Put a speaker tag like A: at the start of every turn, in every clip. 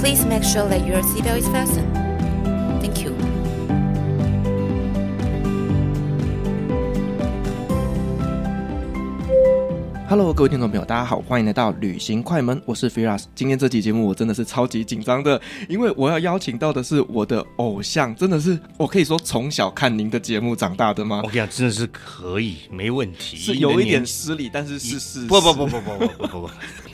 A: Please make sure that your seatbelt is fastened. Thank you.
B: 哈喽，各位听众朋友，大家好，欢迎来到旅行快门，我是 Firas。今天这期节目我真的是超级紧张的，因为我要邀请到的是我的偶像，真的是我可以说从小看您的节目长大的吗
C: 我？跟你讲，真的是可以，没问题。
B: 是有一点
C: 哦你的年纪
B: 失礼，但是是事实。
C: 不不不不不不不不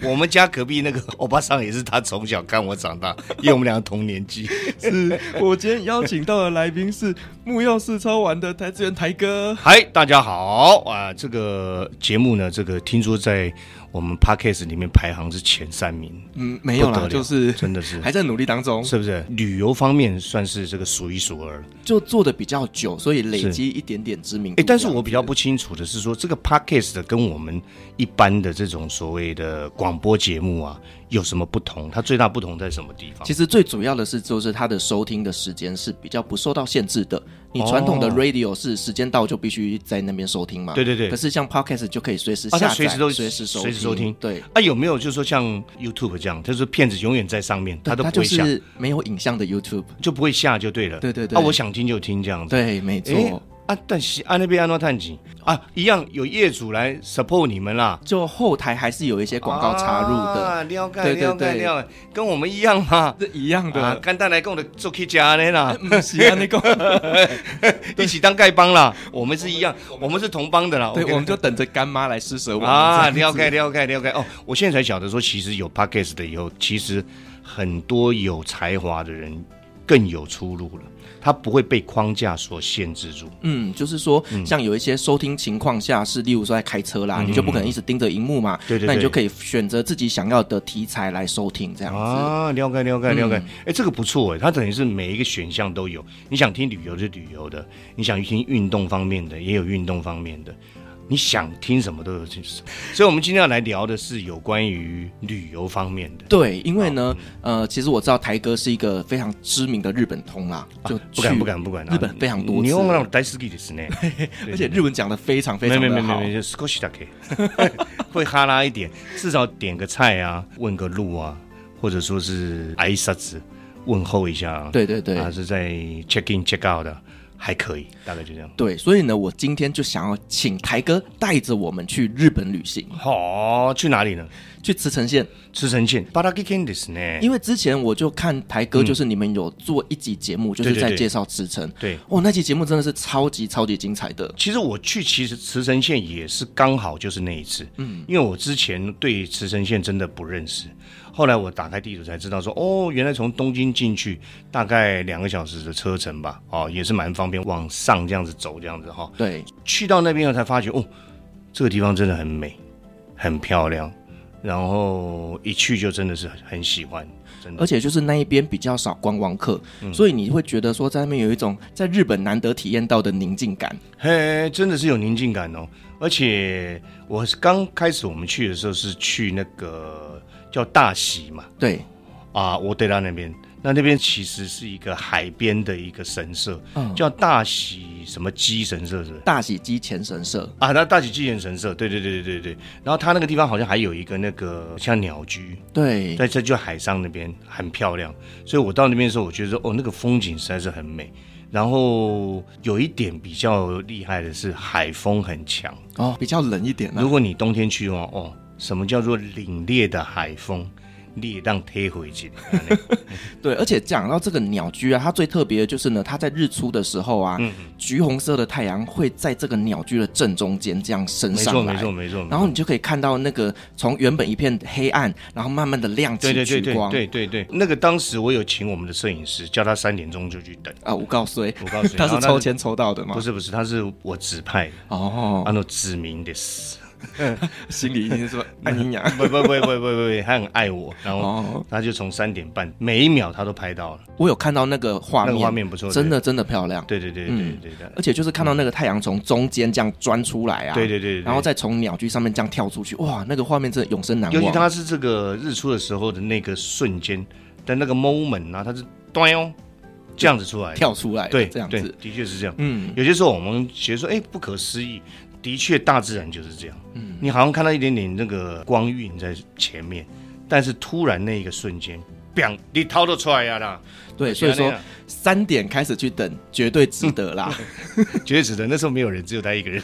C: 不，我们家隔壁那个欧巴桑也是他从小看我长大，因为我们两个同年纪。
B: 是， 我今天邀请到的来宾是木曜四超玩的台资源台哥。
C: 嗨，大家好啊！这个节目呢，这个听说在我们 podcast 里面排行是前三名，
B: 嗯，没有
C: 不得
B: 啦，
C: 了
B: 就是
C: 真的是
B: 还在努力当中，
C: 是不是？旅游方面算是这个数一数二。
B: 就做的比较久，所以累积一点点知名度这
C: 哎，
B: 样
C: 但
B: 子。
C: 是我比较不清楚的是说，这个 podcast 跟我们一般的这种所谓的广播节目啊，有什么不同？它最大不同在什么地方？
B: 其实最主要的是，就是它的收听的时间是比较不受到限制的。你传统的
C: 哦
B: radio 是时间到就必须在那边收听嘛？
C: 对对对
B: 可是像 podcast 就可以随时
C: 啊
B: 下
C: 它
B: 载，
C: 随时都
B: 随时收
C: 随时收听
B: 对，
C: 啊，有没有就是说像 YouTube 这样，就是骗子永远在上面，他都
B: 它
C: 不
B: 就
C: 会下，
B: 是没有影像的 YouTube。
C: 就不会下就对了。
B: 对对对
C: 啊，我想听就听这样子。
B: 对，没错。
C: 诶啊，但是啊那边安诺探景啊，一样有业主来 support 你们啦。
B: 就后台还是有一些广告插入的，
C: 啊，了解
B: 对对
C: 了解
B: 对
C: 了解，跟我们一样嘛。
B: 是一样
C: 啊，
B: 的。
C: 简单来讲的做客家的啦，
B: 不是啊， 那个，
C: 一起当丐帮啦，我们是一样，我们是同帮的啦。
B: 对，
C: 跟
B: 我们就等着干妈来施舍我们
C: 啊，
B: 这样
C: 了
B: 子
C: 解了解了解哦，我现在才晓得说，其实有 podcast 的以后，其实很多有才华的人更有出路了，他不会被框架所限制住。
B: 嗯，就是说，像有一些收听情况下是，例如说在开车啦，你就不可能一直盯着荧幕嘛，
C: 嗯对对对
B: 那你就可以选择自己想要的题材来收听这样子。
C: 啊，了解了解了解，哎、这个不错哎，它等于是每一个选项都有，你想听旅游就旅游的，你想听运动方面的也有运动方面的，你想听什么都有。就是所以，我们今天要来聊的是有关于旅游方面的。
B: 对，因为呢，
C: 嗯
B: 呃，其实我知道台哥是一个非常知名的日本通啦，就
C: 啊不
B: 去
C: 敢不敢不敢，
B: 日本非常多次
C: 你用那种 d a s k 的是呢，
B: 而且日文讲的非常非
C: 没
B: 常
C: 没没
B: 的
C: 没
B: 好。
C: 没，就少しだけ，会哈拉一点，至少点个菜啊，问个路啊，或者说是挨啥子，问候一下、啊。
B: 对对对
C: 啊，是在 check in check out 的，还可以，大概就这样。
B: 对，所以呢，我今天就想要请台哥带着我们去日本旅行，
C: 好、去哪里呢？
B: 去茨城县。
C: 茨城县巴拉吉肯ですね。
B: 因为之前我就看台哥，就是你们有做一集节目，就是
C: 嗯对对
B: 在
C: 对
B: 介绍茨城。
C: 对，
B: 哦，那期节目真的是超级超级精彩的。
C: 其实我去其实慈城县也是刚好就是那一次，嗯，因为我之前对慈城县真的不认识，后来我打开地图才知道说，哦，原来从东京进去大概两个小时的车程吧，哦，也是蛮方便，往上这样子走这样子哈、哦
B: 对，
C: 去到那边后才发觉，哦，这个地方真的很美，很漂亮，然后一去就真的是很很喜欢，真的嗯
B: 而且就是那一边比较少观光客，所以你会觉得说在那边有一种在日本难得体验到的宁静感。
C: 嘿，真的是有宁静感哦。而且我是刚开始我们去的时候是去那个叫大喜嘛，
B: 对，
C: 啊，我对到那边，那那边其实是一个海边的一个神社，
B: 嗯
C: 叫大喜什么鸡神社是不是？
B: 大喜鸡前神社，
C: 啊，那大喜鸡神神社，对对对对对对。然后它那个地方好像还有一个那个像鸟居，
B: 对，
C: 在这就海上那边很漂亮，所以我到那边的时候，我觉得哦，那个风景实在是很美。然后有一点比较厉害的是海风很强，
B: 哦，比较冷一点
C: 如
B: 啊。
C: 果你冬天去哦，哦，什么叫做凛冽的海风？你让贴回去，
B: 对，而且讲到这个鸟居啊，它最特别的就是呢，它在日出的时候
C: 嗯
B: 啊，橘红色的太阳会在这个鸟居的正中间这样升
C: 没
B: 上
C: 错
B: 来，
C: 没错没错。
B: 然后你就可以看到那个从原本一片黑暗，然后慢慢的亮
C: 对
B: 起
C: 对对
B: 橘
C: 对
B: 光。
C: 对对对，那个当时我有请我们的摄影师，叫他三点钟就去等。
B: 啊，我告诉你，
C: 我告诉 你，
B: 他
C: 然后
B: 是抽，签抽到的吗
C: 不？是不是，他是我指派的，
B: 哦，
C: 按照指名的，
B: 心里一定 说爱你娘。
C: 不不不不不不，不他很爱我，然
B: 哦
C: 后他就从三点半每一秒他都拍到了，
B: 我有看到那个画
C: 那
B: 面，
C: 个画面不错，
B: 真的真的漂亮。
C: 对，对对对
B: 嗯
C: 对对的，
B: 而且就是看到那个太阳从中间这样钻出来啊，
C: 对对对对，
B: 然后再从鸟居上面这样跳出去，哇，那个画面真的永生难
C: 尤其
B: 忘。
C: 它是这个日出的时候的那个瞬间的那个 moment 啊，它是端哦这样子出来的，
B: 跳出来，
C: 对
B: 这样
C: 对
B: 子，
C: 的确是这样。
B: 嗯，
C: 有些时候我们觉得说，哎，不可思议，的确大自然就是这样。嗯，你好像看到一点点那个光晕在前面，但是突然那一个瞬间，砰，你掏得出来呀啦！
B: 对，所以
C: 这
B: 说
C: 样嗯
B: 三点开始去等，绝对值得啦。
C: 绝对值得。那时候没有人，只有他一个人，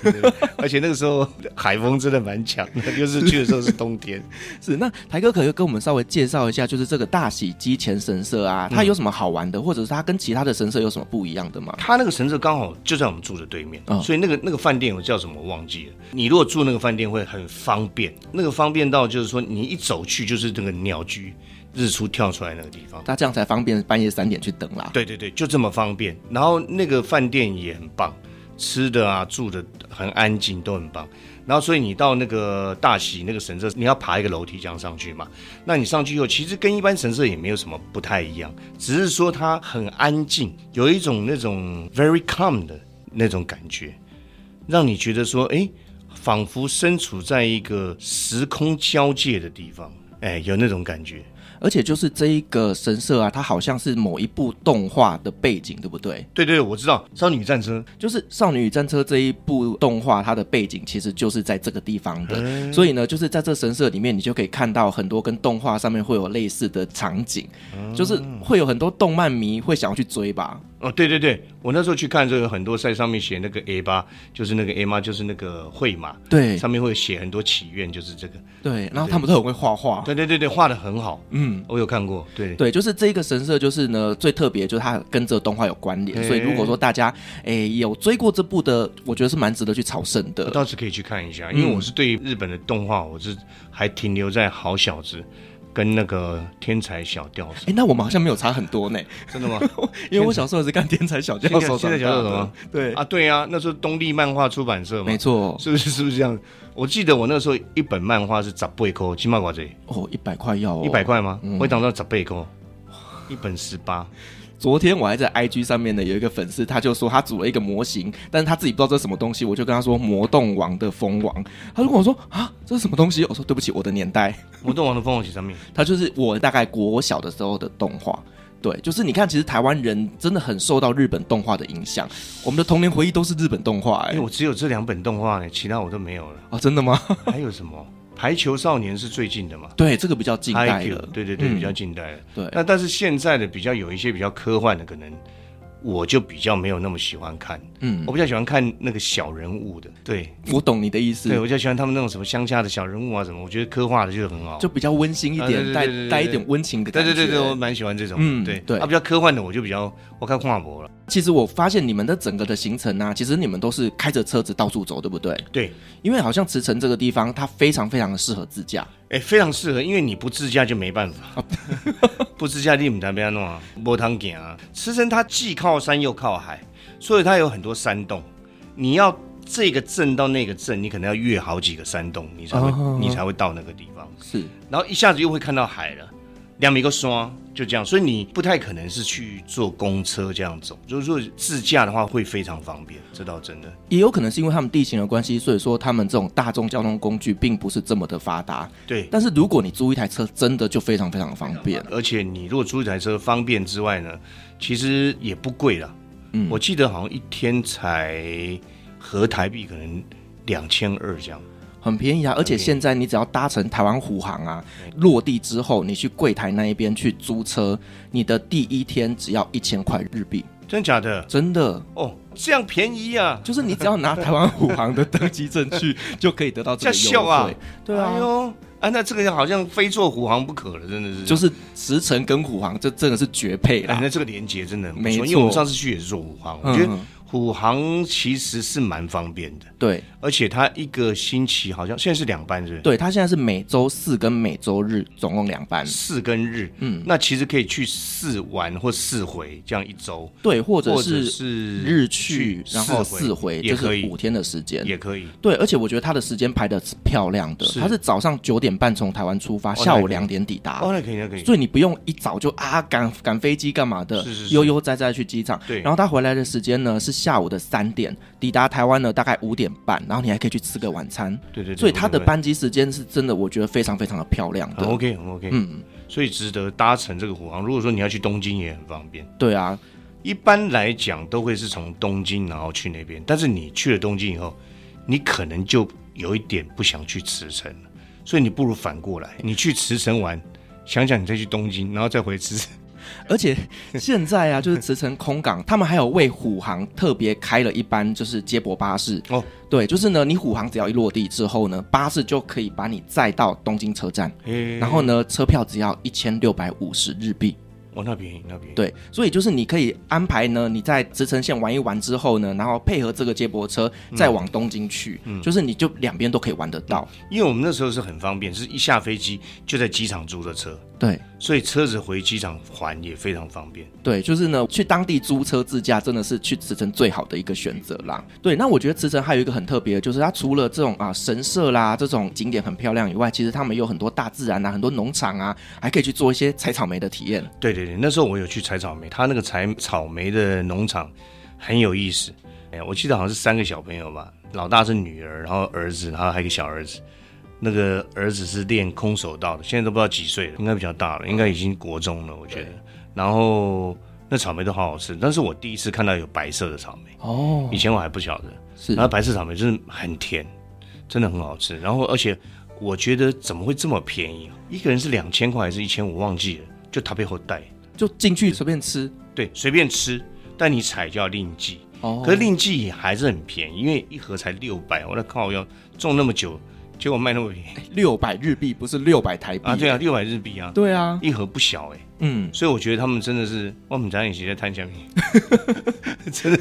C: 而且那个时候海风真的蛮强的， 就是去的时候是冬天。
B: 是，那台哥可以跟我们稍微介绍一下，就是这个大喜基前神社啊，
C: 嗯
B: 它有什么好玩的，或者是它跟其他的神社有什么不一样的吗？
C: 他那个神社刚好就在我们住的对面，
B: 嗯
C: 所以那个那个饭店我叫什么我忘记了。你如果住那个饭店会很方便，那个方便到就是说你一走去就是那个鸟居日出跳出来那个地方。
B: 它这样才方便半夜三点去等啦。
C: 对对对，就这么方便。然后那个饭店也很棒，吃的啊住的很安静，都很棒。然后所以你到那个大喜那个神社，你要爬一个楼梯这样上去嘛。那你上去以后，其实跟一般神社也没有什么不太一样，只是说它很安静，有一种那种 very calm 的那种感觉，让你觉得说，哎，仿佛身处在一个时空交界的地方，哎，有那种感觉。
B: 而且就是这一个神社啊，它好像是某一部动画的背景，对不对？
C: 对对，对我知道《少女战车》
B: 就是《少女与战车》这一部动画，它的背景其实就是在这个地方的，所以呢，就是在这神社里面，你就可以看到很多跟动画上面会有类似的场景，就是会有很多动漫迷会想要去追吧。
C: 哦，对对对，我那时候去看这个很多赛上面写那个 A 八，就是那个 A 妈，就是那个会嘛，
B: 对
C: 上面会写很多祈愿，就是这个。
B: 对，然后他们都很会画画，
C: 对对对对，画的很好，
B: 嗯。
C: 我有看过。对
B: 对，就是这一个神社，就是呢最特别，就是它跟这个动画有关联，
C: 嘿
B: 所以如果说大家诶有追过这部的，我觉得是蛮值得去朝圣
C: 我
B: 的。
C: 倒是可以去看一下，
B: 嗯
C: 因为我是对日本的动画，我是还停留在好小子跟那个天才小吊手。
B: 诶，那我们好像没有差很多呢，
C: 真的 吗？
B: 因为我小时候也是看《天才小教手》
C: 现在现在小教手吗？
B: 对，
C: 啊，对啊，那时候东立漫画出版社嘛
B: 没，错，
C: 是不是是不是这样？我记得我那时候一本漫画是十八块，起码多少？
B: 哦，一百块要哦，
C: 一百。块吗？我当到十八块，一本十八。
B: 昨天我还在 IG 上面呢，有一个粉丝，他就说他组了一个模型，但是他自己不知道这是什么东西，我就跟他说《魔动王的蜂王》，他就跟我说啊，这是什么东西？我说对不起，我的年代，
C: 魔动王的凤凰旗上面，
B: 它就是我大概国小的时候的动画。对，就是你看，其实台湾人真的很受到日本动画的影响，我们的童年回忆都是日本动画、
C: 因
B: 哎、嗯
C: 为我只有这两本动画呢，其他我都没有 了。
B: 啊，真的吗？
C: 还有什么？排球少年是最近的嘛？
B: 对，这个比较近代
C: IQ
B: 了，
C: 对对对，
B: 嗯
C: 比较近代的。
B: 对
C: 那但是现在的比较有一些比较科幻的，可能我就比较没有那么喜欢看。
B: 嗯，
C: 我比较喜欢看那个小人物的，对
B: 我懂你的意思
C: 对，，我比较喜欢他们那种什么乡下的小人物啊什么，我觉得科幻的就很好。
B: 就比较温馨一
C: 啊对
B: 点，
C: 对
B: 带
C: 对对对
B: 带一点温情的
C: 对
B: 感觉。
C: 对对对，我蛮喜欢这种。
B: 嗯
C: 对
B: 对
C: 啊，比较科幻的我就比较我看跨博了。
B: 其实我发现你们的整个的行程啊，其实你们都是开着车子到处走，对不对？
C: 对，
B: 因为好像慈城这个地方，它非常非常的适合自驾。
C: 哎、非常适合，因为你不自驾就没办法，不自驾你唔知要弄啊，无通行啊。池城它既靠山又靠海，所以它有很多山洞。你要这个镇到那个镇，你可能要越好几个山洞，你才会、
B: 哦
C: 你才会到那个地方。
B: 是，
C: 然后一下子又会看到海了，两米个双就这样，所以你不太可能是去坐公车这样走。就是说自驾的话会非常方便，这倒真的。
B: 也有可能是因为他们地形的关系，所以说他们这种大众交通工具并不是这么的发达。
C: 对，
B: 但是如果你租一台车，真的就非常非常方便。
C: 而且你如果租一台车方便之外呢，其实也不贵啦。嗯，我记得好像一天才合台币可能两千二这样。
B: 很便宜啊！而且现在你只要搭乘台湾虎航啊，落地之后你去柜台那一边去租车，你的第一天只要一千块日币，
C: 真假的？
B: 真的
C: 哦，这样便宜啊！
B: 就是你只要拿台湾虎航的登机证去，就可以得到 这个
C: 这
B: 优
C: 样秀
B: 惠。
C: 啊
B: 对啊，
C: 哎呦，啊，那这个好像非做虎航不可了，真的是。
B: 就是驰骋跟虎航，这真的是绝配
C: 哎
B: 啦。
C: 那这个连接真的很不
B: 没
C: 错，
B: 错
C: 因为我们上次去也是做虎航，我
B: 嗯
C: 觉得虎航其实是蛮方便的，
B: 对
C: 而且它一个星期好像现在是两班，是不是？
B: 对，它现在是每周四跟每周日总共两班，
C: 四跟日，嗯，那其实可以去四玩或四回，这样一周，
B: 对，或者
C: 或者
B: 是
C: 是
B: 日去，然后
C: 四
B: 四回，
C: 也
B: 就
C: 可
B: 是
C: 以
B: 五，天的时间。
C: 也可以。
B: 对，而且我觉得它的时间排的漂亮的，
C: 是哦
B: 它是早上九点半从台湾出发，
C: 那
B: 下
C: 还
B: 午
C: 可以
B: 两点抵达。
C: 哦，那可以，那可以。
B: 啊所以你不用一早就啊赶赶飞机干嘛的，
C: 是是是
B: 悠悠哉哉去机场。
C: 对
B: 然后他回来的时间呢是下午的三点，抵达台湾呢大概五点半，然后你还可以去吃个晚餐。
C: 对对对，
B: 所以他的
C: 我明白
B: 班机时间是真的，我觉得非常非常的漂亮
C: 很
B: 的。
C: OK，很 OK，
B: 嗯，
C: 所以值得搭乘这个虎航。如果说你要去东京，也很方便。
B: 对啊，
C: 一般来讲都会是从东京然后去那边，但是你去了东京以后，你可能就有一点不想去茨城了，所以你不如反过
B: 嗯
C: 来，你去茨城玩，想想你再去东京，然后再回茨城。
B: 而且现在啊，就是慈城空港，他们还有为虎航特别开了一班就是接驳巴士。
C: 哦，
B: 对，就是呢，你虎航只要一落地之后呢，巴士就可以把你载到东京车站，
C: 诶
B: 然后呢，车票只要一千六百五十日币。
C: 哦，那便宜，那便宜。
B: 对，所以就是你可以安排呢，你在茨城县玩一玩之后呢，然后配合这个接驳车再往东京去，就是你就两边都可以玩得到。
C: 因为我们那时候是很方便，是一下飞机就在机场租的车，
B: 对
C: 所以车子回机场还也非常方便。
B: 对，就是呢，去当地租车自驾真的是去茨城最好的一个选择啦。对，那我觉得茨城还有一个很特别的，就是它除了这种啊神社啦这种景点很漂亮以外，其实他们有很多大自然啊，很多农场啊，还可以去做一些采草莓的体验。
C: 对对对，那时候我有去采草莓，他那个采草莓的农场很有意思。哎，我记得好像是三个小朋友吧，老大是女儿，然后儿子，然后还有一个小儿子。那个儿子是练空手道的，现在都不知道几岁了，应该比较大
B: 嗯
C: 了，应该已经国中了，我觉得。然后那草莓都好好吃，但是我第一次看到有白色的草莓，
B: 哦
C: 以，前我还不晓得。
B: 是
C: 然后白色草莓真的很甜，真的很好吃。然后而且我觉得怎么会这么便宜啊？一个人是两千块还是一千五？忘记了，就他背后带。
B: 就进去随便吃。
C: 对，随便吃，但你采就要另计。
B: 哦
C: 可是另计也还是很便宜，因为一盒才六百，我的靠要种那么久，结果卖那么便宜
B: 六百日币不是六百台币
C: 啊！对啊，，六百日币啊，
B: 哎对啊，
C: 一盒不小哎、
B: 嗯。
C: 所以我觉得他们真的是我们家也是在贪小便宜， 真的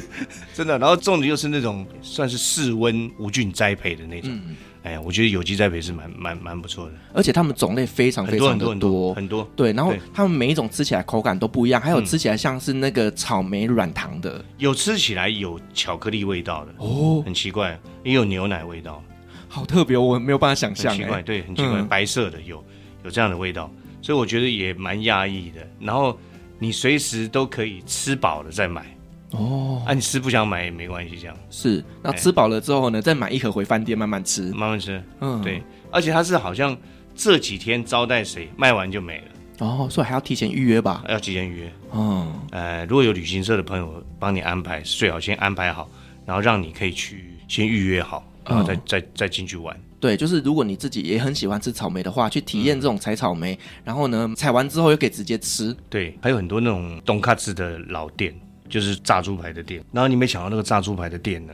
C: 真的。然后种的又是那种算是室温无菌栽培的那种，
B: 嗯
C: 哎呀，我觉得有机栽培是蛮蛮蛮不错的，
B: 而且它们种类非常
C: 很
B: 非
C: 多
B: 常
C: 很
B: 的
C: 多很多很多。
B: 对，然后
C: 对
B: 它们每一种吃起来口感都不一样，还有
C: 嗯
B: 吃起来像是那个草莓软糖的
C: 有吃起来有巧克力味道的，
B: 哦，
C: 很奇怪，也有牛奶味道。
B: 好特别哦，我没有办法想象
C: 很奇怪，
B: 哎。
C: 对，很奇怪，
B: 嗯
C: 白色的有有这样的味道，所以我觉得也蛮压抑的。然后你随时都可以吃饱了再买，
B: 哦，
C: 啊，你吃不想买也没关系，这样
B: 是。
C: 哎
B: 那吃饱了之后呢，再买一盒回饭店慢慢吃。
C: 慢慢吃。
B: 嗯，
C: 对，。而且它是好像这几天招待谁，卖完就没了，
B: 哦，所以还要提前预约吧？
C: 要提前预约。
B: 嗯，
C: 呃，如果有旅行社的朋友帮你安排，最好先安排好，然后让你可以去先预约好，然后再、再再进去玩。
B: 对，就是如果你自己也很喜欢吃草莓的话，去体
C: 嗯
B: 验这种采草莓，然后呢，采完之后又可以直接吃。
C: 对，还有很多那种东卡兹的老店，就是炸猪排的店。然后你没想到那个炸猪排的店呢，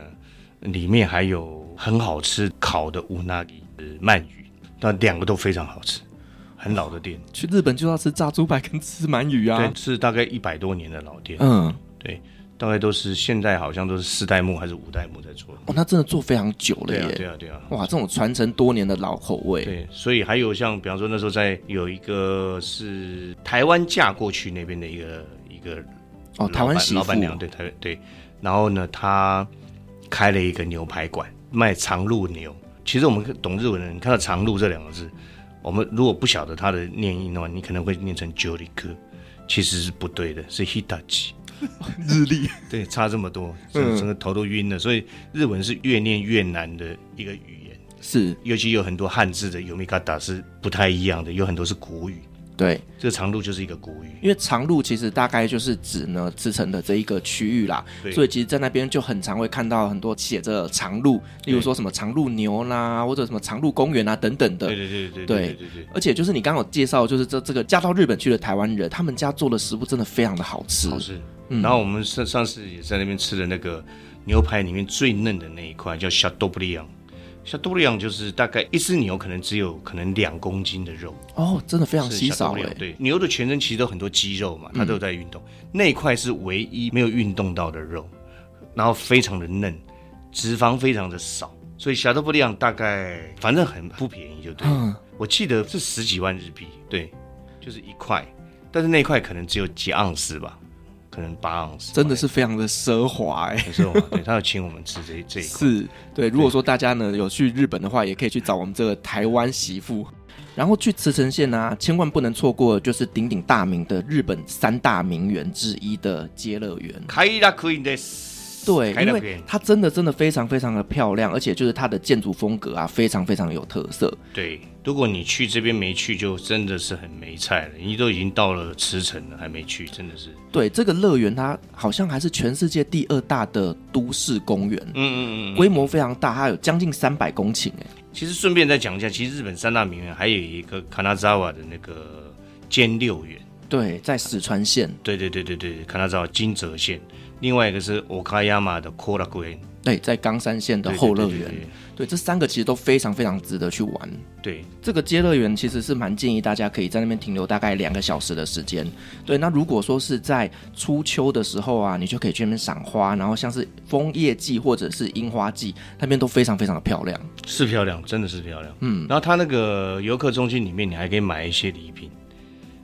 C: 里面还有很好吃烤的乌纳吉呃鳗鱼，那两个都非常好吃，很老的店，
B: 去日本就要吃炸猪排跟吃鳗鱼啊
C: 对，。是大概一百多年的老店，
B: 嗯，
C: 对，大概都是现在好像都是四代目还是五代目在做。
B: 哦，那真的做非常久了
C: 对啊，
B: 耶。
C: 对啊，对啊。
B: 哇，这种传承多年的老口味，
C: 对，所以还有像，比方说那时候在有一个是台湾嫁过去那边的一个一个
B: 哦，台湾媳妇，
C: 老板娘对台对，然后呢，她开了一个牛排馆，卖长鹿牛。其实我们懂日文的人看到“长鹿”这两个字，我们如果不晓得它的念音的话，你可能会念成 j o l i k 其实是不对的，是 Hitachi。
B: 日历，
C: 对，差这么多，
B: 嗯
C: 整整个头都晕了。所以日文是越念越难的一个语言，
B: 是
C: 尤其有很多汉字的 yomikata 是不太一样的，有很多是古语。
B: 对，
C: 这个长鹿就是一个古语。
B: 因为长路其实大概就是指呢茨城的这一个区域啦，
C: 对
B: 所以其实，在那边就很常会看到很多写着长路，例如说什么长路牛啦，或者什么长路公园啊等等的
C: 对。对对对
B: 对
C: 对对对。
B: 而且就是你刚刚有介绍，就是这这个嫁到日本去的台湾人，他们家做的食物真的非常的好吃。
C: 好吃。然后我们上上次也在那边吃的那个牛排里面最嫩的那一块叫小豆布利昂，小豆布利昂就是大概一只牛可能只有可能两公斤的肉，
B: 哦，真的非常
C: 是
B: 稀
C: 小
B: 少
C: 豆布
B: 哎、
C: 利昂对，牛的全身
B: 嗯
C: 其实都很多肌肉嘛，它都有在运动，那一块是唯一没有运动到的肉。然后非常的嫩，脂肪非常的少，所以小豆布利昂大概反正很不便宜，就对了。
B: 嗯，
C: 我记得是十几万日币，对，就是一块，但是那块可能只有几盎司吧，可能八盎司吧，
B: 真的是非常的奢华哎、
C: 很奢华。对，他有请我们吃这这一 块，
B: 是对，如果说大家呢有去日本的话，也可以去找我们这个台湾媳妇。然后去茨城县啊，千万不能错过，就是鼎鼎大名的日本三大名园之一的街乐园。
C: 开拉可以的，
B: 对，
C: 开
B: 因
C: 拉可
B: 为它真的真的非常非常的漂亮，而且就是它的建筑风格啊，非常非常有特色。
C: 对，如果你去这边没去，就真的是很没菜了。你都已经到了茨城了，还没去，真的是，
B: 对，这个乐园它好像还是全世界第二大的都市公园，
C: 嗯嗯嗯。
B: 规模非常大，它有将近三百公顷哎、
C: 其实顺便再讲一下，其实日本三大名园还有一个卡纳扎瓦的那个兼六园。
B: 对，在石川县，
C: 对对对对对，看到找金泽县，另外一个是 Okayama 的 k o r a g u e n
B: 对，在冈山县的后乐园，对，这三个其实都非常非常值得去玩。
C: 对，
B: 这个接乐园其实是蛮建议大家可以在那边停留大概两个小时的时间。对，那如果说是在初秋的时候啊，你就可以去那边赏花，然后像是枫叶季或者是樱花季，那边都非常非常的漂亮。
C: 是漂亮，真的是漂亮。嗯，然后它那个游客中心里面，你还可以买一些礼品。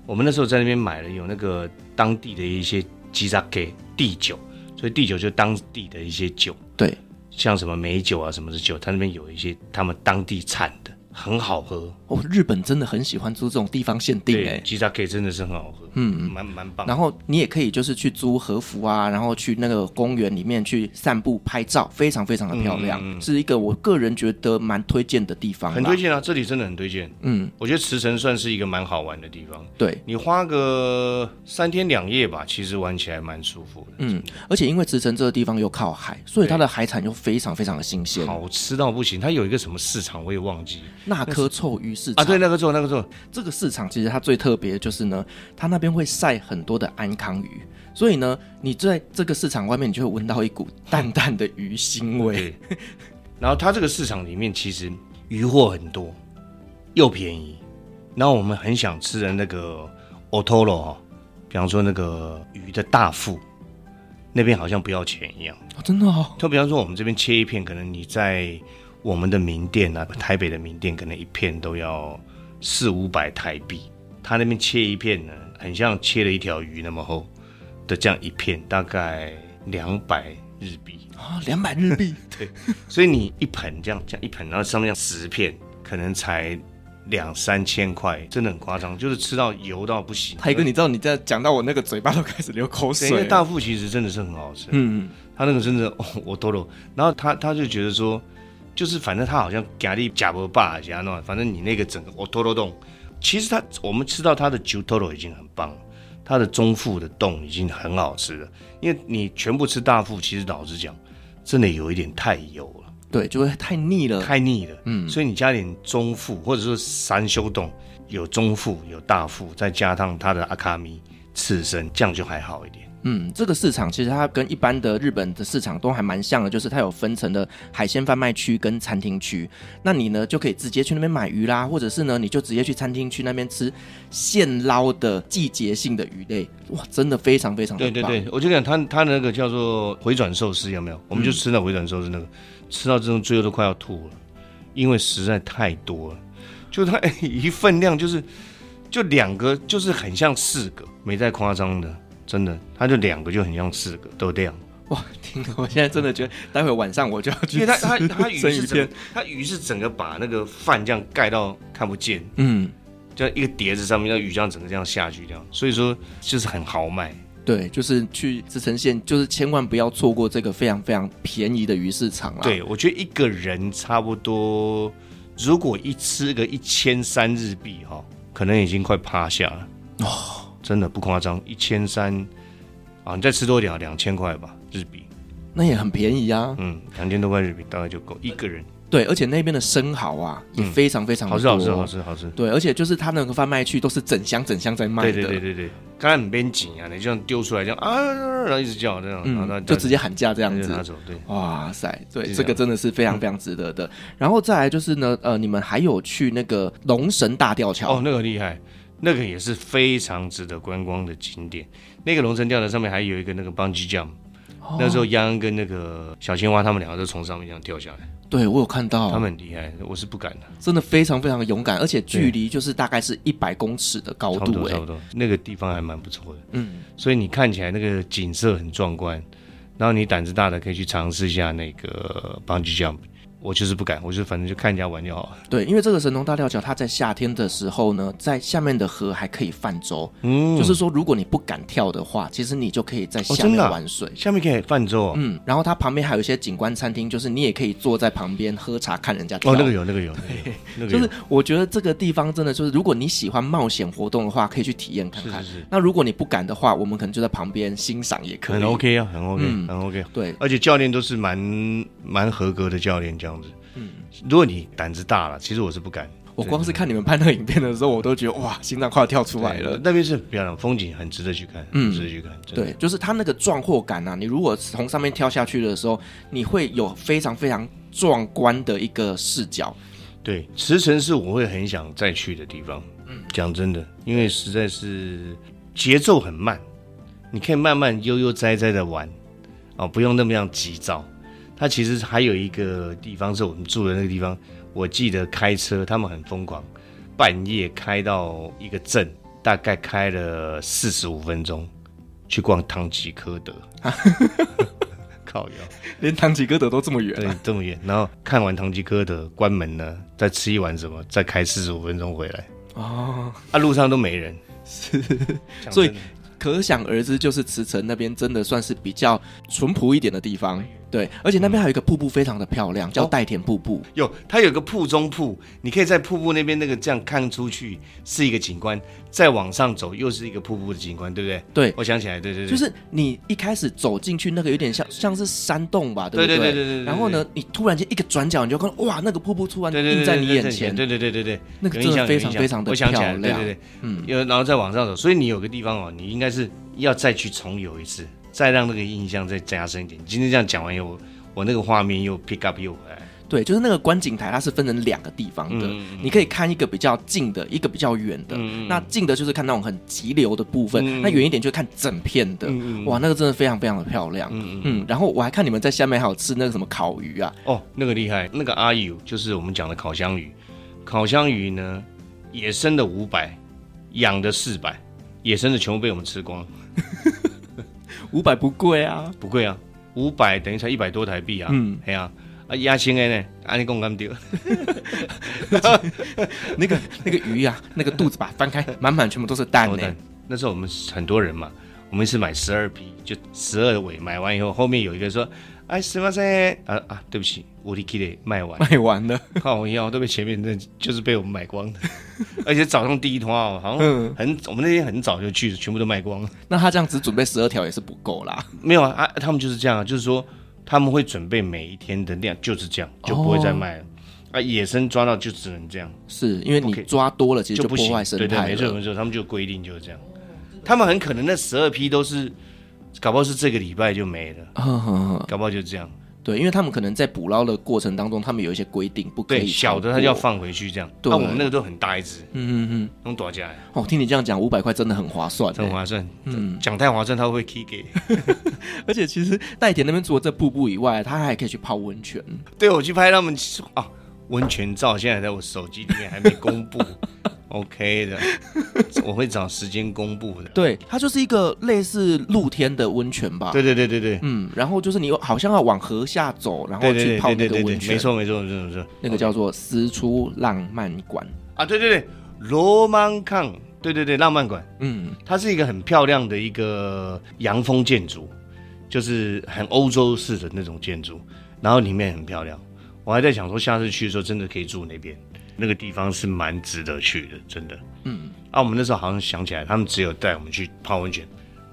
C: 我们那时候在那边买了有那个当地的一些吉扎给地酒，所以地酒就当地的一些酒，
B: 对，
C: 像什么美酒啊什么的酒，它那边有一些他们当地产的，很好喝。
B: 哦，日本真的很喜欢做这种地方限定哎、
C: 对，吉扎给真的是很好喝，嗯，蛮蛮棒。
B: 然后你也可以就是去租和服啊，然后去那个公园里面去散步拍照，非常非常的漂
C: 嗯
B: 亮，是一个我个人觉得蛮推荐的地方啦。
C: 很推荐啊，这里真的很推荐。
B: 嗯，
C: 我觉得池城算是一个蛮好玩的地方。
B: 对，
C: 你花个三天两夜吧，其实玩起来蛮舒服的，
B: 嗯，而且因为茨城这个地方又靠海，所以它的海产又非常非常的新鲜。
C: 好吃到不行。它有一个什么市场我也忘记
B: 那颗臭鱼市场
C: 啊，对，那个做那个做，
B: 这个市场其实它最特别的就是呢，它那边会晒很多的安康鱼，所以呢，你在这个市场外面，你就会闻到一股淡淡的鱼腥味。
C: 对。然后它这个市场里面其实鱼货很多，又便宜。然后我们很想吃的那个 otoro 哈、哦，比方说那个鱼的大腹，那边好像不要钱一样。
B: 哦真的 哦，
C: 就比方说，我们这边切一片，可能你在我们的名店啊，台北的名店，可能一片都要四五百台币。他那边切一片呢，很像切了一条鱼那么厚的这样一片，大概两百日币。
B: 啊，两百日 币，
C: 所以你一盆这样，这样一盆，然后上面十片，可能才两三千块，真的很夸张，就是吃到油到不行。
B: 台哥，你知道你在讲到我那个嘴巴都开始流口
C: 对，因为
B: 水。
C: 大腹其实真的是很好吃。
B: 嗯，
C: 他那个真的， 哦、我多了。然后他他就觉得说，就是反正他好像咖喱假不霸假那，反正你那个整个我多罗洞，其实他我们吃到他的九多罗已经很棒了，他的中腹的洞已经很好吃了。因为你全部吃大腹，其实老实讲，真的有一点太油了，
B: 对，就会太腻了。
C: 太腻了。嗯，所以你加点中腹，或者说三修洞，有中腹有大腹，再加上他的阿卡米刺身，这样就还好一点。
B: 嗯，这个市场其实它跟一般的日本的市场都还蛮像的，就是它有分成的海鲜贩卖区跟餐厅区。那你呢就可以直接去那边买鱼啦，或者是呢你就直接去餐厅区那边吃现捞的季节性的鱼类。哇，真的非常非常的
C: 对
B: 棒。
C: 对对，我就讲他他那个叫做回转寿司有没有？我们就吃那回转寿司那个，吃到这种最后都快要吐了，因为实在太多了。就它、哎 一份量就是就两个，就是很像四个，没在夸张的，真的，它就两个就很像四个都这样。
B: 哇，听了我现在真的觉得，待会晚上我就要去
C: 因为它
B: 吃
C: 它 它鱼
B: 生鱼
C: 是整
B: 片
C: 个。它鱼是整个把那个饭这样盖到看不见，
B: 嗯，
C: 就一个碟子上面，那鱼这样整个这样下去这样，所以说就是很豪迈。
B: 对，就是去茨城县，就是千万不要错过这个非常非常便宜的鱼市场啦。
C: 对，我觉得一个人差不多，如果一吃个一千三日币哈、可能已经快趴下了哦，真的不夸张，一千三啊，你再吃多一点，两千块吧日币，
B: 那也很便宜啊。
C: 嗯，两千多块日币大概就够一个人，
B: 对，而且那边的生蚝啊也非常非常
C: 好
B: 地
C: 吃
B: 多、
C: 好吃好吃好吃，
B: 对，而且就是他那个贩卖区都是整箱整箱在卖
C: 对
B: 的，
C: 对对对对，刚才很边紧啊，你这样丢出来这样啊，然后一直叫这样，然后他
B: 嗯，就直接喊价这
C: 这
B: 样
C: 拿
B: 子。
C: 走，对，
B: 哇塞，对，
C: 就这样
B: 这个真的是非
C: 嗯
B: 常非常值得的。然后再来就是呢，呃，你们还有去那个龙神大吊桥，
C: 哦，那个厉害，那个也是非常值得观光的景点。那个龙城吊桥上面还有一个那个 bungee jump，那时候央央跟那个小青蛙他们两个都从上面这样掉下来，
B: 对我有看到，
C: 他们很厉害，我是不敢的，
B: 真的非常非常勇敢，而且距离就是大概是一百公尺的高
C: 差不
B: 度、
C: 多差
B: 哎，
C: 不多，那个地方还蛮不错的，
B: 嗯，
C: 所以你看起来那个景色很壮观，然后你胆子大的可以去尝试一下那个 bungee jump，我就是不敢，我就反正就看人家玩就好了。
B: 对，因为这个神农大吊桥，它在夏天的时候呢，在下面的河还可以泛舟，
C: 嗯，
B: 就是说如果你不敢跳的话，其实你就可以在下
C: 哦
B: 面
C: 真的啊
B: 玩水。
C: 下面可以泛舟哦，
B: 嗯，然后它旁边还有一些景观餐厅，就是你也可以坐在旁边喝茶看人家跳。
C: 哦，那个有，那个有，那个有那 个
B: 就
C: 有
B: 是我觉得这个地方真的就是，如果你喜欢冒险活动的话，可以去体验看看。
C: 是是是
B: 那如果你不敢的话，我们可能就在旁边欣赏也可以。
C: 很 OK 啊，很 OK，
B: 嗯
C: 很 OK。
B: 对，
C: 而且教练都是蛮蛮合格的教练这样子。嗯，如果你胆子大了，其实我是不敢。
B: 我光是看你们拍那个影片的时候，我都觉得哇，心脏快要跳出来了。
C: 那边是漂亮，风景很值得去看，
B: 嗯
C: 很值得去看。真的
B: 对，就是它那个壮阔感啊，你如果从上面跳下去的时候，你会有非常非常壮观的一个视角。
C: 对，池城是我会很想再去的地方。嗯，讲真的，因为实在是节奏很慢，你可以慢慢悠悠哉哉的玩，哦，不用那么样急躁。它其实还有一个地方是我们住的那个地方，我记得开车他们很疯狂，半夜开到一个镇，大概开了四十五分钟，去逛唐吉诃德。靠腰。
B: 连唐吉诃德都这么远
C: 对
B: 啊、，
C: 这么远，然后看完唐吉诃德，关门了，再吃一碗什么，再开四十五分钟回来，
B: 哦，
C: 啊，路上都没人，是，
B: 所以可想而知，就是慈城那边真的算是比较淳朴一点的地方。对，而且那边还有一个瀑布非常的漂亮，叫
C: 哦
B: 代田瀑布。
C: 有它有个瀑中瀑，你可以在瀑布那边那个这样看出去是一个景观，再往上走又是一个瀑布的景观，对不对？
B: 对
C: 我想起来，对对对，
B: 就是你一开始走进去那个有点像像是山洞吧，不
C: 对
B: 对
C: 对对对对对
B: 然后呢，你突然间一个转角，你就看到哇，那个瀑布突然
C: 对对对
B: 映在你眼前，
C: 对对对对对，
B: 那 个
C: 有
B: 真
C: 印
B: 的
C: 象
B: 非
C: 有
B: 常
C: 印象
B: 非常的
C: 我想
B: 漂
C: 起来，
B: 亮。
C: 对对对，
B: 嗯，
C: 有，然后再往上走，所以你有个地方哦，你应该是要再去重游一次，再让那个印象再加深一点。你今天这样讲完以后，我我那个画面又 pick up 又回来。
B: 对，就是那个观景台，它是分成两个地方的，
C: 嗯
B: 你可以看一个比较近的，一个比较远的。那近的就是看那种很急流的部
C: 嗯
B: 分，那远一点就看整片的。哇，那个真的非常非常的漂亮。嗯然后我还看你们在下面还有吃那个什么烤鱼啊，
C: 哦，那个厉害，那个阿友就是我们讲的烤香鱼，烤香鱼呢，野生的五百，养的四百，野生的全部被我们吃光，
B: 五百不贵啊。
C: 不贵啊，五百等于才一百多台币啊，
B: 嗯，
C: 哎呀、啊，啊压青的呢，啊你讲干丢，
B: 那个 那个鱼啊，那个肚子吧翻开，满满全部都是蛋呢、
C: 蛋哦那时候我们很多人嘛，我们是买十二批，就十二尾，买完以后，后面有一个说，哎，什么噻，啊啊，对不起，我的 k i 卖完，
B: 卖完了。
C: 靠腰都被前面那就是被我们买光的， 而且早上第一通啊，好
B: 嗯
C: 像很、我们那天很早就去，全部都卖光了。
B: 那他这样只准备十二条也是不够啦。
C: 没有啊，啊，他们就是这样啊，就是说他们会准备每一天的量，就是这样，就不会再卖了。啊，野生抓到就只能这样，
B: 是因为你
C: OK
B: 抓多了，其实
C: 就不
B: 破
C: 行
B: 坏。生
C: 对对，
B: 态
C: 没
B: 了。
C: 错没错，他们就规定就是这样。他们很可能那十二批都是，搞不好是这个礼拜就没了，
B: 呵呵呵
C: 搞不好就这样。
B: 对，因为他们可能在捕捞的过程当中，他们有一些规定，不可
C: 对，
B: 以
C: 小
B: 超
C: 的它
B: 过
C: 就要。放回去这样。
B: 对
C: 那、我们那个都很大一只，
B: 嗯嗯
C: 能躲起来，
B: 嗯，哦，听你这样讲，五百块真的很划算欸。
C: 很划算。讲太划算，他会 k 给。
B: 欸而且其实代田那边除了这瀑布以外，他还可以去泡温泉。
C: 对我去拍他们啊，温泉照现在在我手机里面还没公布，OK 的，我会找时间公布的。
B: 对，它就是一个类似露天的温泉吧。
C: 对，对对对对，
B: 嗯，然后就是你好像要往河下走， 然后
C: 对
B: 去
C: 对对
B: 泡
C: 对
B: 那
C: 对
B: 个
C: 对
B: 温
C: 对，
B: 泉，
C: 没，错没错没错没错
B: 那个叫做私出浪漫馆。
C: 啊，对对对，罗曼康，对对对，浪漫馆，
B: 嗯，
C: 它是一个很漂亮的一个洋风建筑，就是很欧洲式的那种建筑，然后里面很漂亮。我还在想说，下次去的时候真的可以住那边，那个地方是蛮值得去的，真的。嗯，啊，我们那时候好像想起来，他们只有带我们去泡温泉，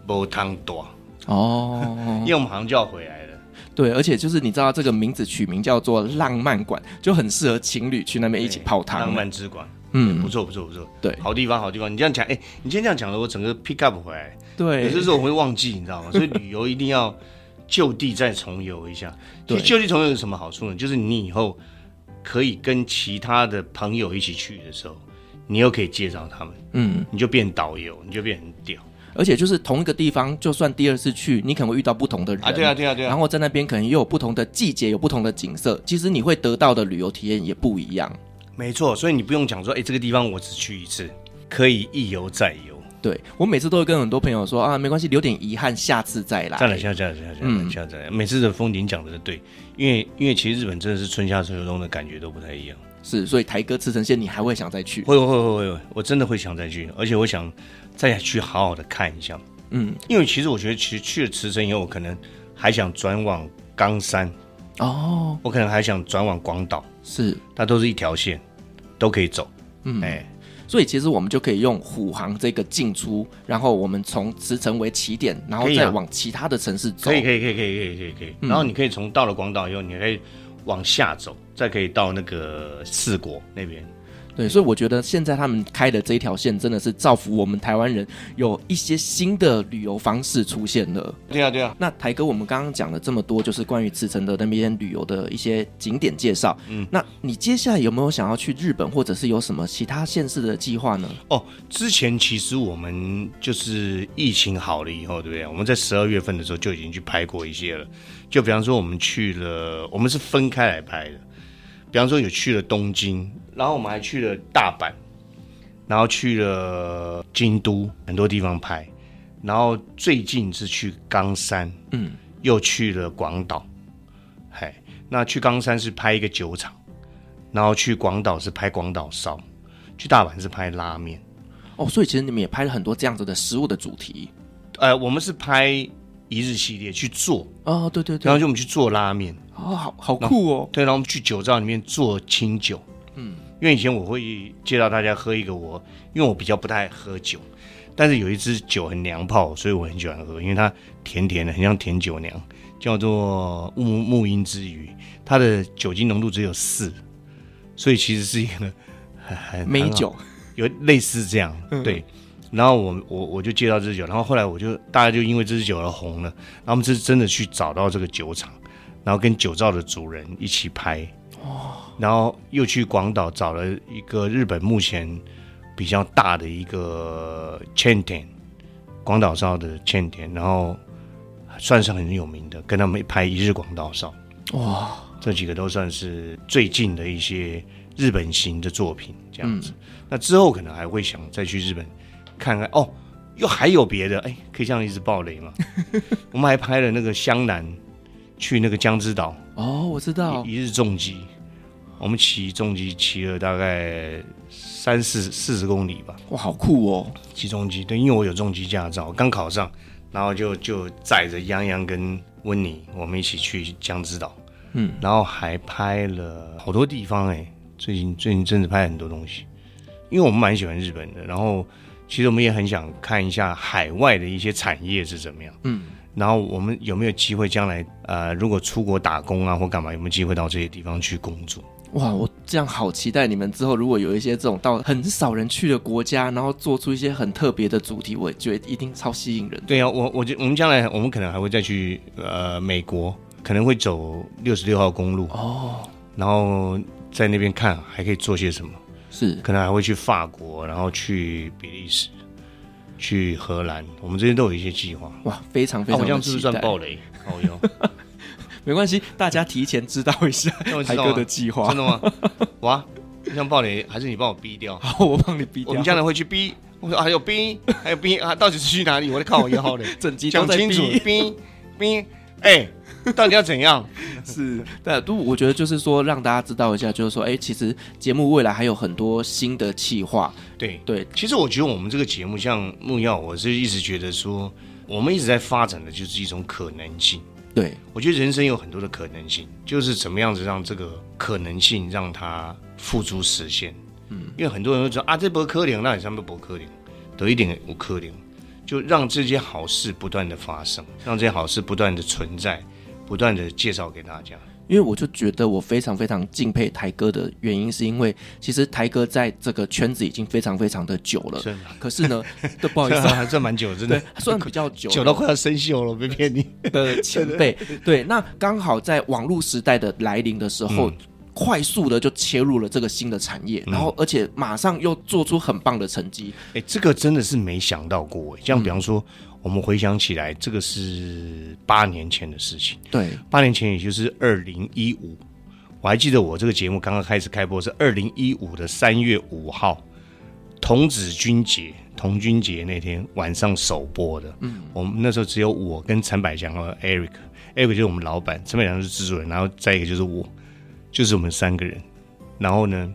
C: 煲汤多，
B: 哦，
C: 因为我们好像就要回来了。
B: 对，而且就是你知道这个名字取名叫做浪漫馆，就很适合情侣去那边一起泡汤。
C: 哎浪，漫之馆，不
B: 嗯，
C: 错不错不错，
B: 对
C: 好地方好地方。你这样讲，哎、你今天这样讲了，我整个 pick up 回来。 有
B: 对
C: 些，时候我会忘记，你知道吗？所以旅游一定要就地再重游一下。其
B: 对
C: 实就地重游有什么好处呢？就是你以后可以跟其他的朋友一起去的时候，你又可以介绍他们，
B: 嗯，
C: 你就变导游，你就变很屌。
B: 而且就是同一个地方，就算第二次去，你可能会遇到不同的人
C: 啊，对啊，对啊，对
B: 然
C: 啊，
B: 后在那边可能又有不同的季节，有不同的景色，其实你会得到的旅游体验也不一样。
C: 没错。所以你不用讲说，哎，这个地方我只去一次，可以一游再游，
B: 对我每次都会跟很多朋友说啊，没关系，留点遗憾，下次再来。
C: 再来，下，再来，下，再来，
B: 嗯
C: 下，再来。每次的风景讲的是对，因为因为其实日本真的是春夏秋冬的感觉都不太一样。
B: 是，所以台哥赤城县你还会想再去？
C: 会会会会，我真的会想再去，而且我想再去好好的看一下。
B: 嗯，
C: 因为其实我觉得，其实去了茨城以后，我可能还想转往冈山，
B: 哦，
C: 我可能还想转往广岛，
B: 是，
C: 它都是一条线，都可以走。
B: 嗯，
C: 哎、
B: 所以其实我们就可以用虎航这个进出，然后我们从茨城为起点，然后
C: 可以啊
B: 再往其他的城市走。嗯
C: 可以可以可以可以可以可以可以。然后你可以从到了广岛以后，你可以往下走，再可以到那个四国那边。
B: 对，所以我觉得现在他们开的这一条线真的是造福我们台湾人，有一些新的旅游方式出现了。
C: 对啊对啊，
B: 那台哥，我们刚刚讲了这么多，就是关于茨城的那边旅游的一些景点介绍。嗯，那你接下来有没有想要去日本，或者是有什么其他县市的计划呢？
C: 哦，之前其实我们就是疫情好了以后，对不对？我们在十二月份的时候就已经去拍过一些了。就比方说，我们去了，我们是分开来拍的。比方说，有去了东京，然后我们还去了大阪，然后去了京都，很多地方拍。然后最近是去冈山，
B: 嗯，
C: 又去了广岛。嘿，那去冈山是拍一个酒厂，然后去广岛是拍广岛烧，去大阪是拍拉面。
B: 哦，所以其实你们也拍了很多这样子的食物的主题。
C: 呃，我们是拍一日系列去做，
B: 哦，对对对
C: 然，后就我们去做拉面，
B: 哦，好好酷哦。
C: 对，然后我们去酒窖里面做清酒。嗯，因为以前我会介绍大家喝一个我，因为我比较不太爱喝酒，但是有一支酒很娘炮，所以我很喜欢喝，因为它甜甜的，很像甜酒娘，叫做木木音之鱼，它的酒精浓度只有四，所以其实是一个很很
B: 美，
C: 哎很好
B: 酒，
C: 有类似这样，对。然后我我我就介绍这支酒，然后后来我就大家就因为这支酒而红了，然后我们是真的去找到这个酒厂，然后跟酒造的主人一起拍，然后又去广岛找了一个日本目前比较大的一个 chain 店，广岛烧的 chain 店，然后算是很有名的，跟他们拍一日广岛烧，
B: 哇，
C: 这几个都算是最近的一些日本型的作品，这样子。那之后可能还会想再去日本看看哦，又还有别的，哎，可以这样一直爆雷吗？我们还拍了那个湘南，去那个江之岛
B: 哦，我知道
C: 一，一日重机，我们骑重机骑了大概三四四十公里吧，
B: 哇，好酷哦。
C: 骑重机。对，因为我有重机驾照，刚考上，然后就就载着泱泱跟温妮，我们一起去江之岛。
B: 嗯，
C: 然后还拍了好多地方哎、最近最近真的拍很多东西，因为我们蛮喜欢日本的，然后其实我们也很想看一下海外的一些产业是怎么样，
B: 嗯，
C: 然后我们有没有机会将来呃，如果出国打工啊或干嘛，有没有机会到这些地方去工作？
B: 哇，我这样好期待你们之后如果有一些这种到很少人去的国家，然后做出一些很特别的主题，我觉得一定超吸引人。
C: 对啊，我我觉我们将来我们可能还会再去呃美国，可能会走六十六号公路，
B: 哦，
C: 然后在那边看还可以做些什么。
B: 是
C: 可能还会去法国，然后去比利时，去荷兰，我们这些都有一些计划。
B: 哇，非常非常
C: 那我
B: 的
C: 这样是
B: 期
C: 不是算
B: 待。
C: 暴雷？哦哟，
B: 没关系，大家提前知道一下
C: 那我知
B: 台
C: 道
B: 哥
C: 吗
B: 的计划
C: 真。的吗？ 哇，这样暴雷，还是你帮我逼掉？
B: 好，我帮你逼
C: 我
B: 掉
C: 们。将来会去逼。我说啊还有逼，还有逼啊！到底是去哪里？我在看我 腰嘞，
B: 整集都
C: 讲
B: 在
C: 清楚，
B: 逼，
C: 逼逼，哎，到底要怎样？
B: 是，但都我觉得就是说，让大家知道一下，就是说，哎，其实节目未来还有很多新的企划，
C: 对，
B: 对，
C: 其实我觉得我们这个节目像木曜，我是一直觉得说，我们一直在发展的就是一种可能性。
B: 对，
C: 我觉得人生有很多的可能性，就是怎么样子让这个可能性让它付诸实现。嗯，因为很多人都说啊，这博科林，那你上面博科林，得一点无科林，就让这些好事不断的发生，让这些好事不断的存在，不断的介绍给大家。
B: 因为我就觉得我非常非常敬佩台哥的原因，是因为其实台哥在这个圈子已经非常非常的久了，
C: 是
B: 可是 呢，对，不好意思、啊，
C: 哦 还算蛮久，真
B: 对
C: 的，
B: 算比较久
C: 久到快要生锈了，我没 骗你。
B: 的前辈，对，那刚好在网络时代的来临的时候。快速的就切入了这个新的产业，然后而且马上又做出很棒的成绩。
C: 哎，这个真的是没想到过。哎像比方说，我们回想起来，这个是八年前的事情。
B: 对，
C: 八年前，也就是二零一五，我还记得我这个节目刚刚开始开播是二零一五的三月五号，童子军节，童军节那天晚上首播的。嗯，我们那时候只有我跟陈百祥和 Eric，Eric 就是我们老板，陈百祥是制作人，然后再一个就是我，就是我们三个人。然后呢，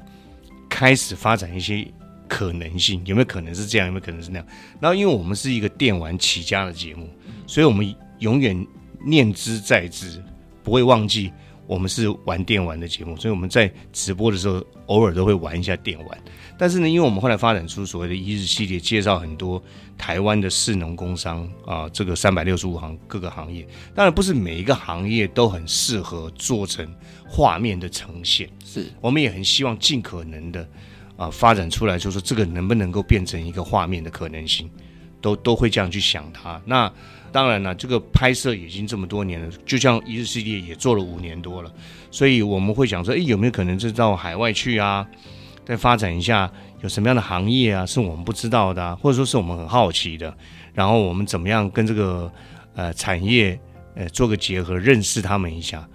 C: 开始发展一些可能性，有没有可能是这样，有没有可能是那样？然后因为我们是一个电玩起家的节目，所以我们永远念之在之，不会忘记我们是玩电玩的节目，所以我们在直播的时候偶尔都会玩一下电玩。但是呢，因为我们后来发展出所谓的一日系列，介绍很多台湾的市农工商啊、这个三百六十五行各个行业，当然不是每一个行业都很适合做成画面的呈现。
B: 是
C: 我们也很希望尽可能的啊、发展出来，就是说这个能不能够变成一个画面的可能性，都都会这样去想它。那当然了，这个拍摄已经这么多年了，就像一日系列也做了五年多了，所以我们会想说，诶，有没有可能是到海外去啊？再发展一下，有什么样的行业啊，是我们不知道的、啊，或者说是我们很好奇的。然后我们怎么样跟这个呃产业呃做个结合，认识他们一下，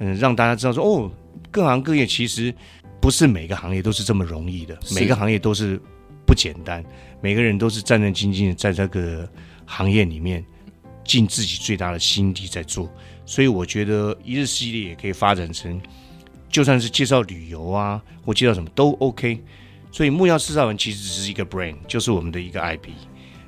C: 嗯，让大家知道说，哦，各行各业其实不是每个行业都是这么容易的，
B: 是
C: 每个行业都是不简单，每个人都是战战兢兢的在这个行业里面尽自己最大的心力在做。所以我觉得一日系列也可以发展成，就算是介绍旅游啊，或介绍什么都 OK。所以木曜四少人其实只是一个 brand，就是我们的一个 IP，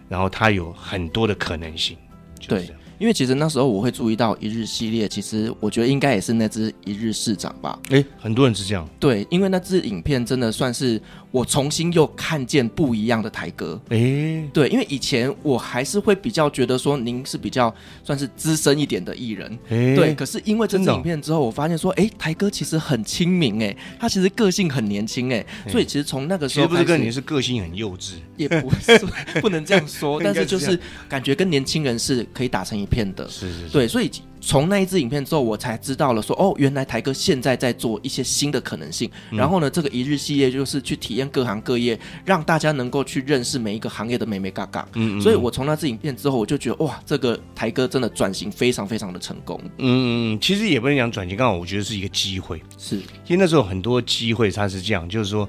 C: 然后它有很多的可能性。就是
B: 对
C: 这样、
B: 因为其实那时候我会注意到一日系列，其实我觉得应该也是那只一日市长吧。
C: 诶，很多人是这样。
B: 对，因为那支影片真的算是我重新又看见不一样的台哥。
C: 诶，
B: 对，因为以前我还是会比较觉得说您是比较算是资深一点的艺人，
C: 诶，
B: 对。可是因为这支
C: 真的哦
B: 影片之后，我发现说，哎，台哥其实很亲民，哎，他其实个性很年轻，哎，所以其实从那个时
C: 其
B: 候
C: 实不是
B: 开始
C: 跟你是个性很幼稚，
B: 也不是不能这样说，
C: 应
B: 但
C: 该
B: 是
C: 是
B: 就
C: 这样
B: 是感觉跟年轻人是可以打成一片的。
C: 是是是，
B: 对，所以从那一支影片之后，我才知道了说，哦，原来台哥现在在做一些新的可能性。
C: 嗯
B: 然后呢，这个一日系列就是去体验各行各业，让大家能够去认识每一个行业的美美嘎嘎。
C: 嗯
B: 所以我从那支影片之后，我就觉得哇，这个台哥真的转型非常非常的成功。
C: 嗯，其实也不能讲转型，刚好我觉得是一个机会。
B: 是
C: 其实那时候很多机会，它是这样，就是说，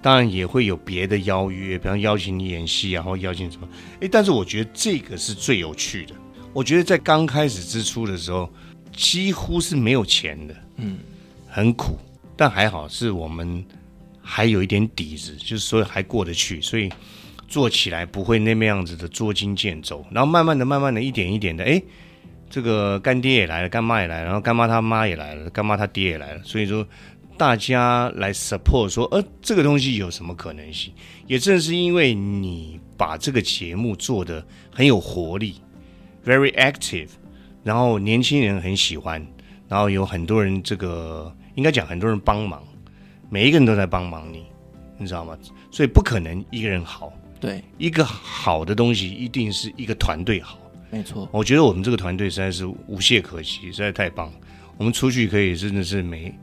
C: 当然也会有别的邀约，比方邀请你演戏啊，然后邀请什么，诶，但是我觉得这个是最有趣的。我觉得在刚开始之初的时候，几乎是没有钱的，嗯，很苦，但还好是我们还有一点底子，就是说还过得去，所以做起来不会那么样子的捉襟见肘。然后慢慢的、慢慢的、一点一点的，诶，这个干爹也来了，干妈也来了，然后干妈他妈也来了，干妈他爹也来了，所以说大家来 support 说，呃，这个东西有什么可能性？也正是因为你把这个节目做得很有活力，very active，然后年轻人很喜欢，然后有很多人这个应该讲很多人帮忙，每一个人都在帮忙你，你知道吗？所以不可能一个人好，
B: 对，
C: 一个好的东西一定是一个团队好。
B: 没错，
C: 我觉得我们这个团队实在是无懈可击，实在太棒了。我们出去可以真的是没，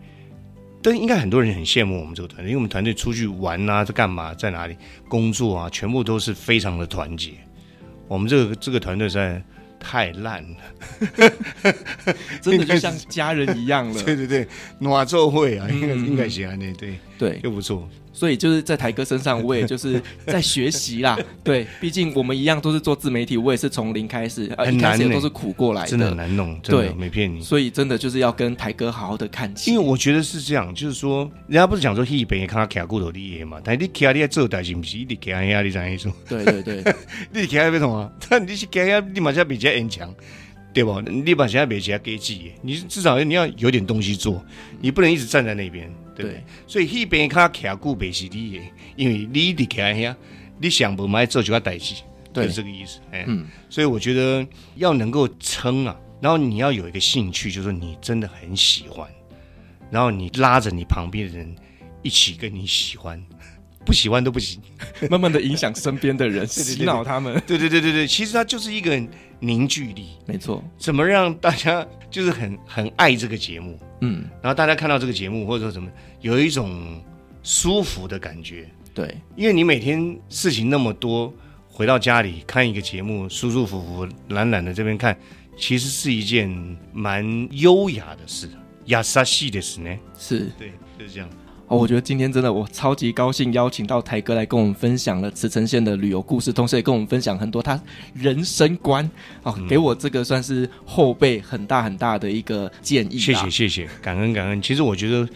C: 但应该很多人很羡慕我们这个团队，因为我们团队出去玩啊，在干嘛，在哪里工作啊，全部都是非常的团结。我们这个这个团队实在太烂了，
B: 真的就像家人一样了。
C: 对对，暖做会啊，应该应该喜欢的，对，
B: 对，
C: 又不错。
B: 所以就是在台哥身上，我也就是在学习 啦。对，毕竟我们一样都是做自媒体，我也是从零开始，呃，
C: 很
B: 一开
C: 难
B: 始也
C: 呢
B: 都是苦过来
C: 真的很难弄，真
B: 哎对
C: 的没骗你。
B: 所以真的就是要跟台哥好好的看 齐。
C: 因为我觉得是这样，就是说，人家不是讲说戏边看卡骨头立业嘛，但你卡你在做代志，不是一直卡呀，你怎样说？
B: 对对对，
C: 你行要创啊？但 你是行要你马上比人强，对吧？你马上比人给记，你至少你要有点东西做，你不能一直站在那边，对不对？
B: 对
C: 所以那边卡徛久不是你的，因为你一直徛遐，你想不买做就要代志，
B: 对
C: 就是这个意思。哎、所以我觉得要能够撑啊，然后你要有一个兴趣，就是说你真的很喜欢，然后你拉着你旁边的人一起跟你喜欢。不喜欢都不行。
B: 慢慢的影响身边的人，洗脑他们。
C: 对对对对对，其实它就是一个凝聚力，
B: 没错，
C: 怎么让大家就是很很爱这个节目，
B: 嗯，
C: 然后大家看到这个节目或者说什么，有一种舒服的感觉，
B: 对，
C: 因为你每天事情那么多，回到家里看一个节目，舒舒服服、懒懒的这边看，其实是一件蛮优雅的事，雅萨西的事呢。
B: 是。
C: 对，就是这样。
B: 哦，我觉得今天真的我超级高兴，邀请到台哥来跟我们分享了慈城县的旅游故事，同时也跟我们分享很多他人生观哦，
C: 嗯
B: 给我这个算是后辈很大很大的一个建议。
C: 谢谢，谢谢，感恩感恩。其实我觉得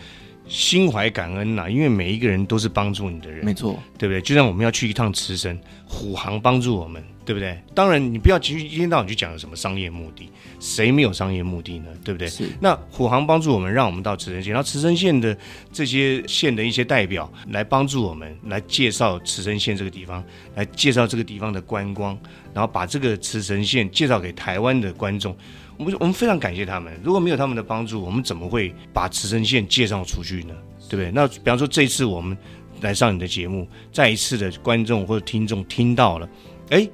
C: 心怀感恩呐、因为每一个人都是帮助你的人，
B: 没错，
C: 对不对？就像我们要去一趟慈神，虎航帮助我们，对不对？当然，你不要去一天到晚去讲有什么商业目的，谁没有商业目的呢？对不对？
B: 是
C: 那虎航帮助我们，让我们到慈城县，然后慈城县的这些县的一些代表来帮助我们，来介绍慈城县这个地方，来介绍这个地方的观光，然后把这个慈城县介绍给台湾的观众。我们我们非常感谢他们，如果没有他们的帮助，我们怎么会把慈城县介绍出去呢？对不对？那比方说这一次我们来上你的节目，再一次的观众或者听众听到了，哎，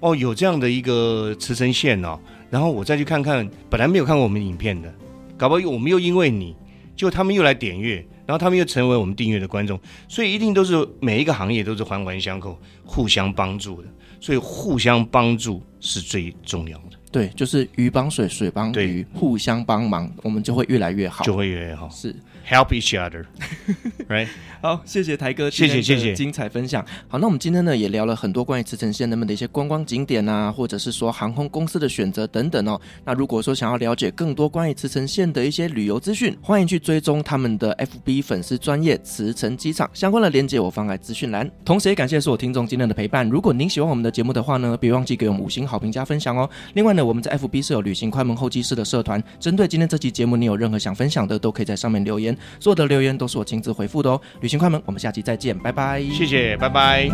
C: 哦，有这样的一个慈城县哦，然后我再去看看，本来没有看过我们影片的，搞不好又我们又因为你，就他们又来点阅，然后他们又成为我们订阅的观众，所以一定都是每一个行业都是环环相扣，互相帮助的，所以互相帮助是最重要的，
B: 对，就是鱼帮水，水帮
C: 对
B: 鱼，互相帮忙，我们就会越来越好。
C: 就会越来越好
B: 是，
C: ，help each other，right？
B: 好，谢谢台哥，
C: 谢
B: 今
C: 谢
B: 天的
C: 谢谢
B: 精彩分享。好，那我们今天呢也聊了很多关于慈城县那边的一些观光景点啊，或者是说航空公司的选择等等哦。那如果说想要了解更多关于慈城县的一些旅游资讯，欢迎去追踪他们的 FB 粉丝专业慈城机场相关的链接，我放在资讯栏。同时也感谢所有听众今天的陪伴。如果您喜欢我们的节目的话呢，别忘记给我们五星好评加分享哦。另外呢，我们在 FB 是有旅行快门候机室的社团，针对今天这期节目，你有任何想分享的，都可以在上面留言，所有的留言都是我亲自回复的哦。旅行快门，我们下期再见，拜拜。
C: 谢谢，拜拜。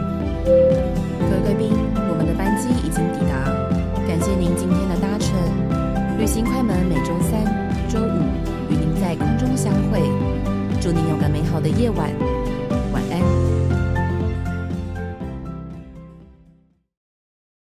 A: 各位贵宾，我们的班机已经抵达，感谢您今天的搭乘。旅行快门每周三、周五与您在空中相会，祝您有个美好的夜晚，